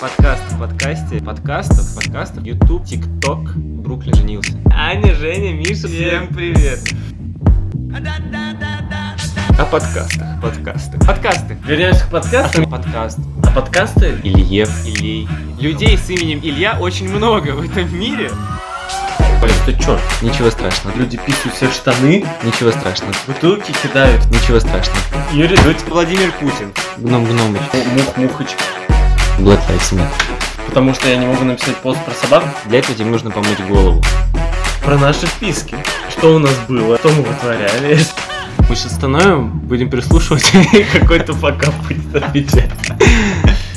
Подкаст в подкасте, подкастов, подкастов, YouTube, TikTok, Бруклин женился. Аня, Женя, Миша, всем привет. О подкастах, подкасты, подкасты. Вернемся к подкастам. Подкаст. А подкасты? Ильев, Илей. Людей с именем Илья очень много в этом мире. Блин, ты чё? Ничего страшного, Люди пишут все штаны, ничего страшного, бутылки кидают. ничего страшного. Юрий Дудь, Владимир Путин. Гном Гномыч. мух мухочка. Блэк Lives Matter. Потому что я не могу написать пост про собак. Для этого тебе нужно помыть голову. Про наши вписки. Что у нас было, что мы вытворяли. Мы сейчас остановим, будем прислушивать, и какой-то пока будет отвечать.